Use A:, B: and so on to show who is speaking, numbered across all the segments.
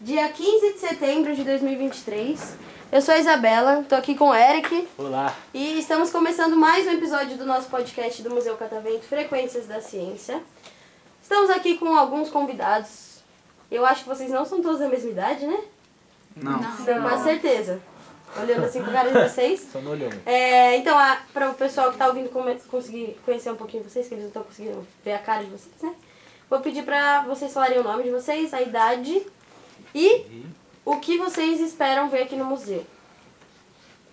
A: Dia 15 de setembro de 2023. Eu sou a Isabela, tô aqui com o Eric
B: Olá.
A: e estamos começando mais um episódio do nosso podcast do Museu Catavento Frequências da Ciência. Estamos aqui com alguns convidados. Eu acho que vocês não são todos da mesma idade, né?
C: Não.
A: Tenho quase certeza. Olhando assim pro cara de vocês.
B: Só no olho.
A: É, então, para o pessoal que tá ouvindo come- conseguir conhecer um pouquinho vocês, que eles não estão conseguindo ver a cara de vocês, né? Vou pedir para vocês falarem o nome de vocês, a idade e
B: Uhum.
A: o que vocês esperam ver aqui no museu.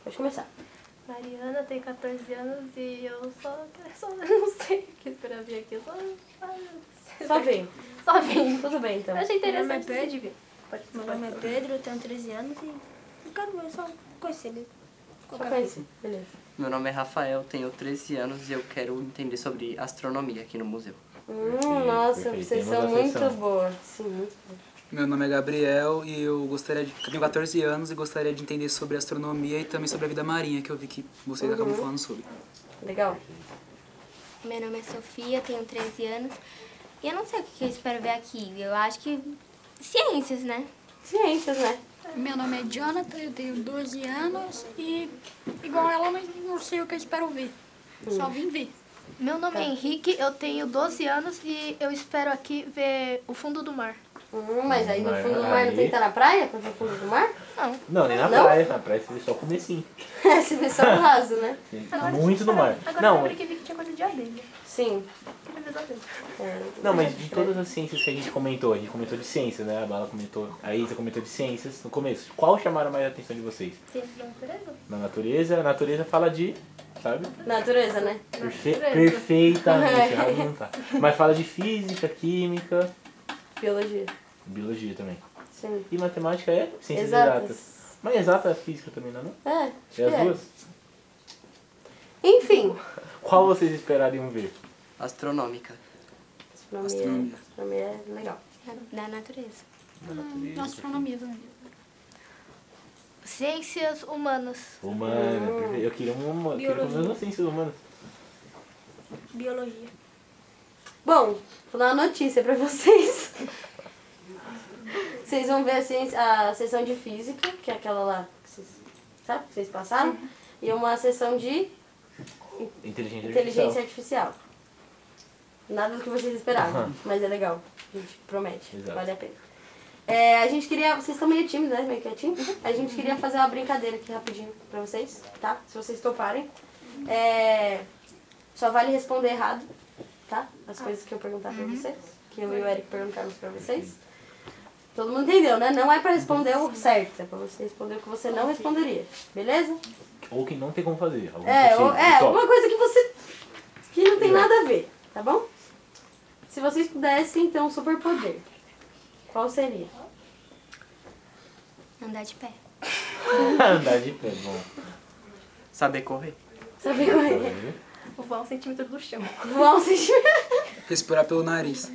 A: Pode começar.
D: Mariana tem 14 anos e eu só, só não sei o que esperar vir aqui. Eu Só,
A: Só vem.
D: só vim.
A: Tudo bem, então.
D: Eu achei interessante.
E: Meu nome é
D: de se ver. Pode
E: Meu nome é Pedro, eu tenho 13 anos e eu quero eu só conhecer ele.
A: Só conhece. Beleza.
C: Meu nome é Rafael, tenho 13 anos e eu quero entender sobre astronomia aqui no museu.
A: Hum, nossa,
B: perfeito.
A: vocês
B: Temos
A: são
B: a
A: muito
B: sessão.
A: boas. Sim, muito boas.
F: Meu nome é Gabriel e eu gostaria de. Eu tenho 14 anos e gostaria de entender sobre astronomia e também sobre a vida marinha, que eu vi que vocês acabam falando sobre.
A: Legal.
G: Meu nome é Sofia, tenho 13 anos. E eu não sei o que que eu espero ver aqui. Eu acho que ciências, né?
A: Ciências, né?
H: Meu nome é Jonathan, eu tenho 12 anos e igual ela, mas não sei o que eu espero ver. Só vim ver.
D: Meu
G: Tá.
D: nome é Henrique, eu tenho 12 anos e eu espero aqui ver o fundo do mar.
A: Hum, mas aí no
B: Mas
A: fundo do mar não
B: aí-
A: tem que estar na praia? Pra ver o fundo do mar?
B: Não, nem na
A: Não?
B: praia. Na praia você vê só o comecinho.
A: Você vê só o raso, né?
B: Muito no mar.
D: Agora eu
B: Não,
D: lembrei que vi que tinha coisa de abelha.
A: Sim.
D: Queria ver as abelhas.
A: É,
B: não, mas de todas as ciências que a gente comentou, a gente comentou de ciências, né? A Bala comentou, a Isa comentou de ciências no começo. Qual chamaram mais a atenção de vocês?
D: Tem da natureza?
B: Na natureza, a natureza fala de, sabe?
A: Natureza, né?
B: Perfe
D: Natureza.
B: perfeitamente, errado não tá. Mas fala de física, química,
A: Biologia.
B: biologia também.
A: Sim.
B: E matemática é ciências exatas.
A: Exatas.
B: Mas exata é física também, não é? não?
A: É, acho que
B: É as
A: é.
B: duas?
A: Enfim.
B: Qual vocês esperariam ver?
C: Astronômica.
A: Astronomia. Astronomia é legal.
G: Da natureza.
H: Hum, astronomia também.
D: Ciências humanas.
B: Humana,
A: Uhum.
B: perfe- eu queria uma humana, queria pelo menos uma ciência humana.
E: Biologia.
A: Bom, vou dar uma notícia pra vocês. Vocês vão ver a, ciência- a sessão de física, que é aquela lá que vocês, sabe, que vocês passaram, e uma sessão de
B: Inteligência,
A: inteligência
B: artificial.
A: artificial. Nada do que vocês esperavam,
B: Aham.
A: mas é legal. A gente promete,
B: Exato.
A: vale a pena. É, a gente queria. Vocês estão meio tímidos, né? Meio quietinho. A gente queria fazer uma brincadeira aqui rapidinho pra vocês, tá? Se vocês toparem. É, só vale responder errado, tá? As coisas que eu perguntar pra vocês. Que eu e o Eric perguntamos pra vocês. Todo mundo entendeu, né? Não é pra responder o certo, é pra você responder o que você não responderia. Beleza?
B: Ou que não tem como fazer. algum tipo
A: É,
B: possível,
A: ou- é
B: um top.
A: alguma coisa que você. que não tem nada a ver, tá bom? Se vocês pudessem ter um superpoder, qual seria?
G: Andar de pé.
B: Andar de pé, bom.
C: Saber correr.
A: Saber correr.
D: Voar um centímetro do chão.
A: é? Voar um centímetro.
F: Respirar pelo nariz.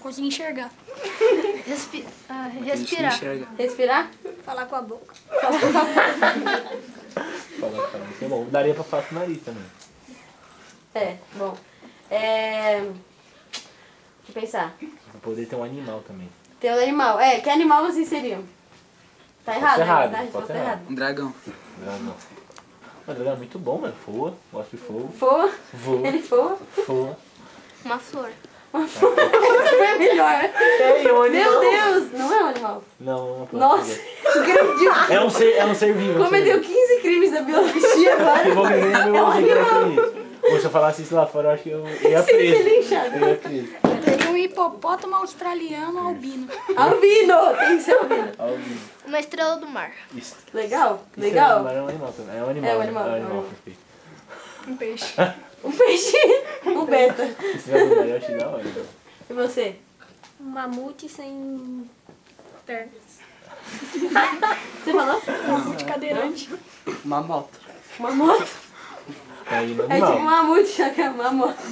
H: Consegui enxergar.
D: Respi ah,
F: A gente não
D: respirar.
F: enxerga.
A: Respirar?
E: Falar com a boca.
B: Falar que tá muito bom. Daria pra falar com o nariz também.
A: É, bom. É. Deixa eu pensar.
B: Pra poder ter um animal também.
A: Ter um animal. É, que animal vocês seriam? Tá errado,
B: ser
A: né?
B: errado,
A: Tá
B: pode
A: resposta
B: ser errado.
A: errada.
F: Um dragão.
B: Dragão. Mas dragão é muito bom, mano. Voa, gosto de fogo.
A: Voa,
B: Voa,
A: ele voa.
B: voa.
G: Uma flor.
A: Você foi melhor.
B: É, e um
A: Meu
B: animal.
A: Deus! Não é um animal.
B: Não, é uma planta.
A: Nossa, grandioso.
B: É um ser, é um ser vivo. é um ser
A: Cometeu
B: vivo.
A: 15 crimes da biologia agora.
B: Eu vou viver meu
A: É
B: viver com é isso. Ou se eu falasse isso lá fora, eu acho que eu ia
A: Você ia ser
B: preso.
A: linchado.
B: Eu ia preso.
H: Eu tenho um hipopótamo australiano albino.
A: Albino! Tem que ser albino.
B: Alguém.
D: Uma estrela do mar.
B: Isso.
A: Legal,
B: Isso
A: legal.
B: É um animal, também. é um animal.
A: É um
B: né?
A: animal,
B: É um
A: é um
B: animal.
A: animal.
B: perfeito.
D: Um peixe.
A: Um peixe, um beta.
B: Isso é o melhor te dá, olha.
A: E você?
E: Um mamute sem pernas.
A: Você falou?
H: De cadeirante.
C: Uma moto.
A: Uma moto?
B: Aí no
A: É tipo um
B: animal.
A: mamute, só que é uma moto.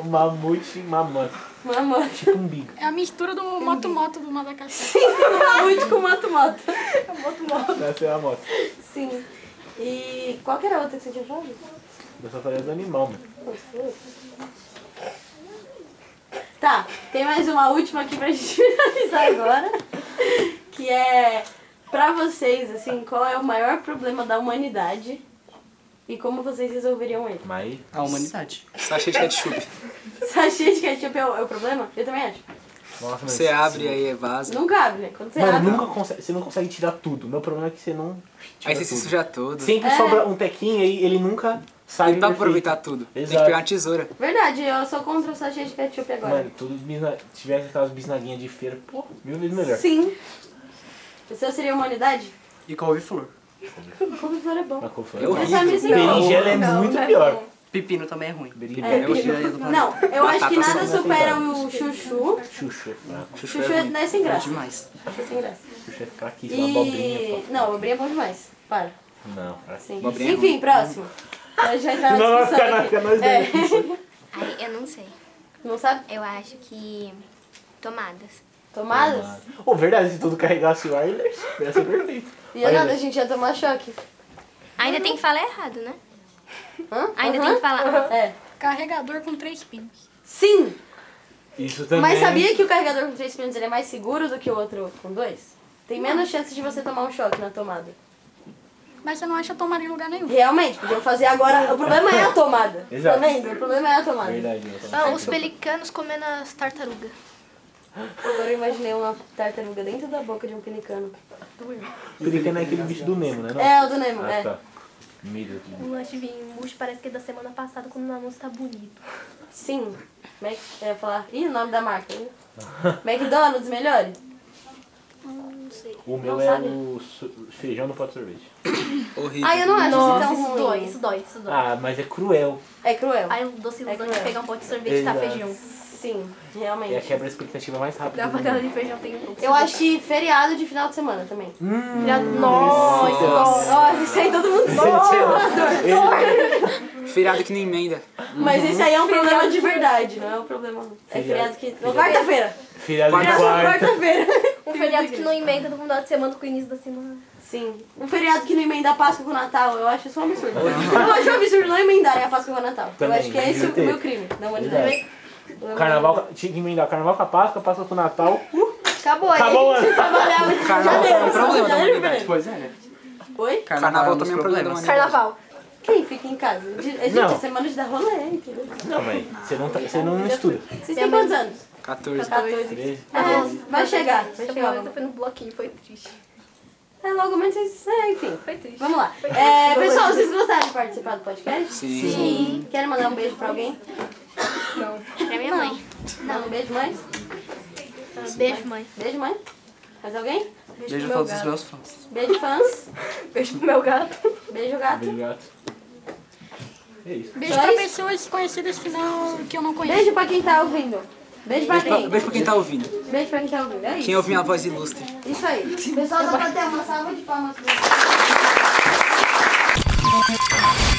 B: Um mamute mamãe.
A: Uma moto.
B: Tipo um bico.
H: É a mistura do moto-moto do Madagascar.
A: mamute com moto-moto.
B: Nasceu a moto.
A: Sim. E qual que era a outra que você tinha falado?
B: Eu só falei do animal, mano.
A: Tá, tem mais uma última aqui pra gente finalizar agora. Que é pra vocês, assim, qual é o maior problema da humanidade e como vocês resolveriam ele?
B: Mas
C: A humanidade.
F: Sachê de é ketchup.
A: Sachê de ketchup é o, é o problema? Eu também acho.
B: Nossa, mas
F: Você abre aí é vaza.
A: Nunca abre, né? Quando você
B: Mano,
A: abre.
B: nunca consegue, você não consegue tirar tudo. Meu problema é que você não. tira
F: Aí você se
B: tudo.
F: suja todo. Sim.
A: É.
B: Sempre sobra um tequinho aí, ele nunca sai.
F: Não dá
B: perfeito.
F: pra aproveitar tudo. Tem que
B: Exato.
F: pegar uma tesoura.
A: Verdade, eu sou contra o sachê de ketchup agora.
B: Mano, tudo bisna... se tivesse aquelas bisnaguinhas de feira, pô, mil vezes é melhor.
A: Sim. O seu seria a humanidade?
C: E couve-flor.
A: Como for é bom.
B: Mas qual foi?
F: É horrível.
A: Essa me ensinou.
B: Berinjela é
A: Não,
B: muito
A: não
B: pior.
A: bom.
C: Pepino também é ruim.
B: Berinjela
A: É,
B: é
F: Eu
A: pior.
C: achei do
A: não, eu acho que
F: Batata
A: nada
F: só
B: não
A: supera
B: tem
A: o chuchu.
B: chuchu. fraco.
F: Chuchu
A: Chuchu
F: é
A: é
F: ruim.
A: né, sem
C: É
A: graça.
C: demais.
A: Chuchu é sem graça.
B: Chuchu é fraquíssimo, uma abobrinha.
A: E.
B: pô.
A: Não, abobrinha é bom demais. Para.
B: Não, fraquíssimo.
A: Sim.
F: Abobrinha é
A: Enfim, próximo. Nós já entramos
B: Não,
A: na
B: vai
A: discussão
B: ficar-
A: aqui.
B: fica nós
A: É.
B: dois
G: Ai, eu não sei.
A: Não sabe?
G: Eu acho que tomadas.
A: Tomadas?
B: Ô, verdade, se tudo carregasse o wireless, ia ser perfeito.
A: E eu nada, a gente ia tomar choque.
G: Ainda tem que falar errado, né?
A: Hã?
G: Ainda
A: Aham.
G: tem que falar.
A: É.
H: Carregador com três pinos.
A: Sim!
B: Isso também.
A: Mas sabia que o carregador com 3 pinos ele é mais seguro do que o outro com dois? Tem menos chance de você tomar um choque na tomada.
H: Mas você não acha tomar em lugar nenhum.
A: Realmente, podiam fazer agora. O problema é a tomada.
B: Exato.
A: Tá vendo? O problema é a tomada.
B: Verdade, eu tava-
E: Ah, os pelicanos comendo as tartarugas.
A: Agora eu imaginei uma tartaruga dentro da boca de um pelicano.
B: Pelicano é aquele bicho do Nemo, né? não?
A: É, o do Nemo,
B: Ah,
A: é.
B: tá. Medo aqui.
D: O lanche vinho murcho parece que é da semana passada, quando o anúncio tá bonito.
A: Sim. Mac... Eu ia falar. Ih, o nome da marca. hein? McDonald's, melhor?
B: O meu
A: Não
B: é
A: sabe.
B: o su- feijão no pote de sorvete.
F: Horrível.
A: Ah, eu não acho isso tão
D: isso
A: ruim.
D: dói, isso dói, isso dói.
B: Ah, mas é cruel.
A: É
H: Ah.
A: cruel.
D: Aí o doce ilusão
A: É
D: de
A: que
D: pegar um pote de sorvete e tá
B: Exato.
D: feijão.
A: Sim,
B: E a
A: realmente.
B: quebra É a expectativa mais rápida.
D: Da
B: do
D: facada
B: mundo.
D: de feijão tem um pouco.
A: Eu acho que feriado de final de semana também.
B: Hum,
D: Feriado- Nossa!
A: Nossa, isso aí todo mundo gosta.
F: Feriado que nem emenda.
A: Mas esse aí é um problema de verdade, não é um problema. É
B: Feriado.
A: feriado que. Não, Quarta-feira!
B: filha de
F: Quarta-
B: quarta.
A: Quarta-feira!
D: Um
H: Feriado que não emenda no final de semana com o início da semana.
A: Sim. Um feriado que não emenda a Páscoa com o Natal, eu acho isso um absurdo. Eu acho um absurdo não emendarem a Páscoa com o Natal. Eu
B: Também,
A: acho que é esse o
B: devia ter.
A: meu crime da humanidade.
B: O Carnaval, tinha que emendar carnaval com a Páscoa, Páscoa com o Natal.
A: Acabou, aí.
D: é
B: Acabou o ano.
A: Trabalhava de
F: Carnaval
A: janeiro,
F: é um problema da
A: sabe?
F: humanidade.
C: Pois é, né?
F: tipo.
A: Oi?
F: Carnaval
C: um dos
F: também é um problema da
C: problemas.
F: humanidade.
H: Carnaval.
A: Quem fica em casa? De- Gente,
B: Não.
A: é semana de dar rolê, entendeu?
B: Não, mas você não, tá- você não estuda.
A: Vocês têm quantos anos?
F: 14.
A: 14.
B: 13.
A: É, vai chegar, vai chegar.
D: um.
H: Eu fui no bloquinho, foi triste.
A: É, logo menos vocês... É, enfim.
H: Foi triste.
A: Vamos lá. É, pessoal, vocês gostaram de participar do podcast?
F: Sim.
A: Querem mandar um beijo pra alguém?
E: Pra minha mãe.
A: Não, um beijo, mãe.
E: Ah, Beijo, mãe.
A: Beijo, mãe. Mais alguém?
F: né?
C: Beijo a todos os meus fãs.
A: Beijo, fãs.
H: Beijo pro meu gato.
A: Beijo, gato.
B: Beijo, gato. É isso.
H: Beijo
A: Só
H: pra
A: isso?
H: pessoas conhecidas que, não, que eu não conheço.
A: Beijo pra quem tá ouvindo. Beijo pra quem?
F: Beijo pra quem tá ouvindo.
A: Beijo pra quem tá ouvindo. É
F: Quem
A: isso.
F: ouve minha voz ilustre.
A: Isso aí. Pessoal, dá pra ter uma salva de palmas pra vocês.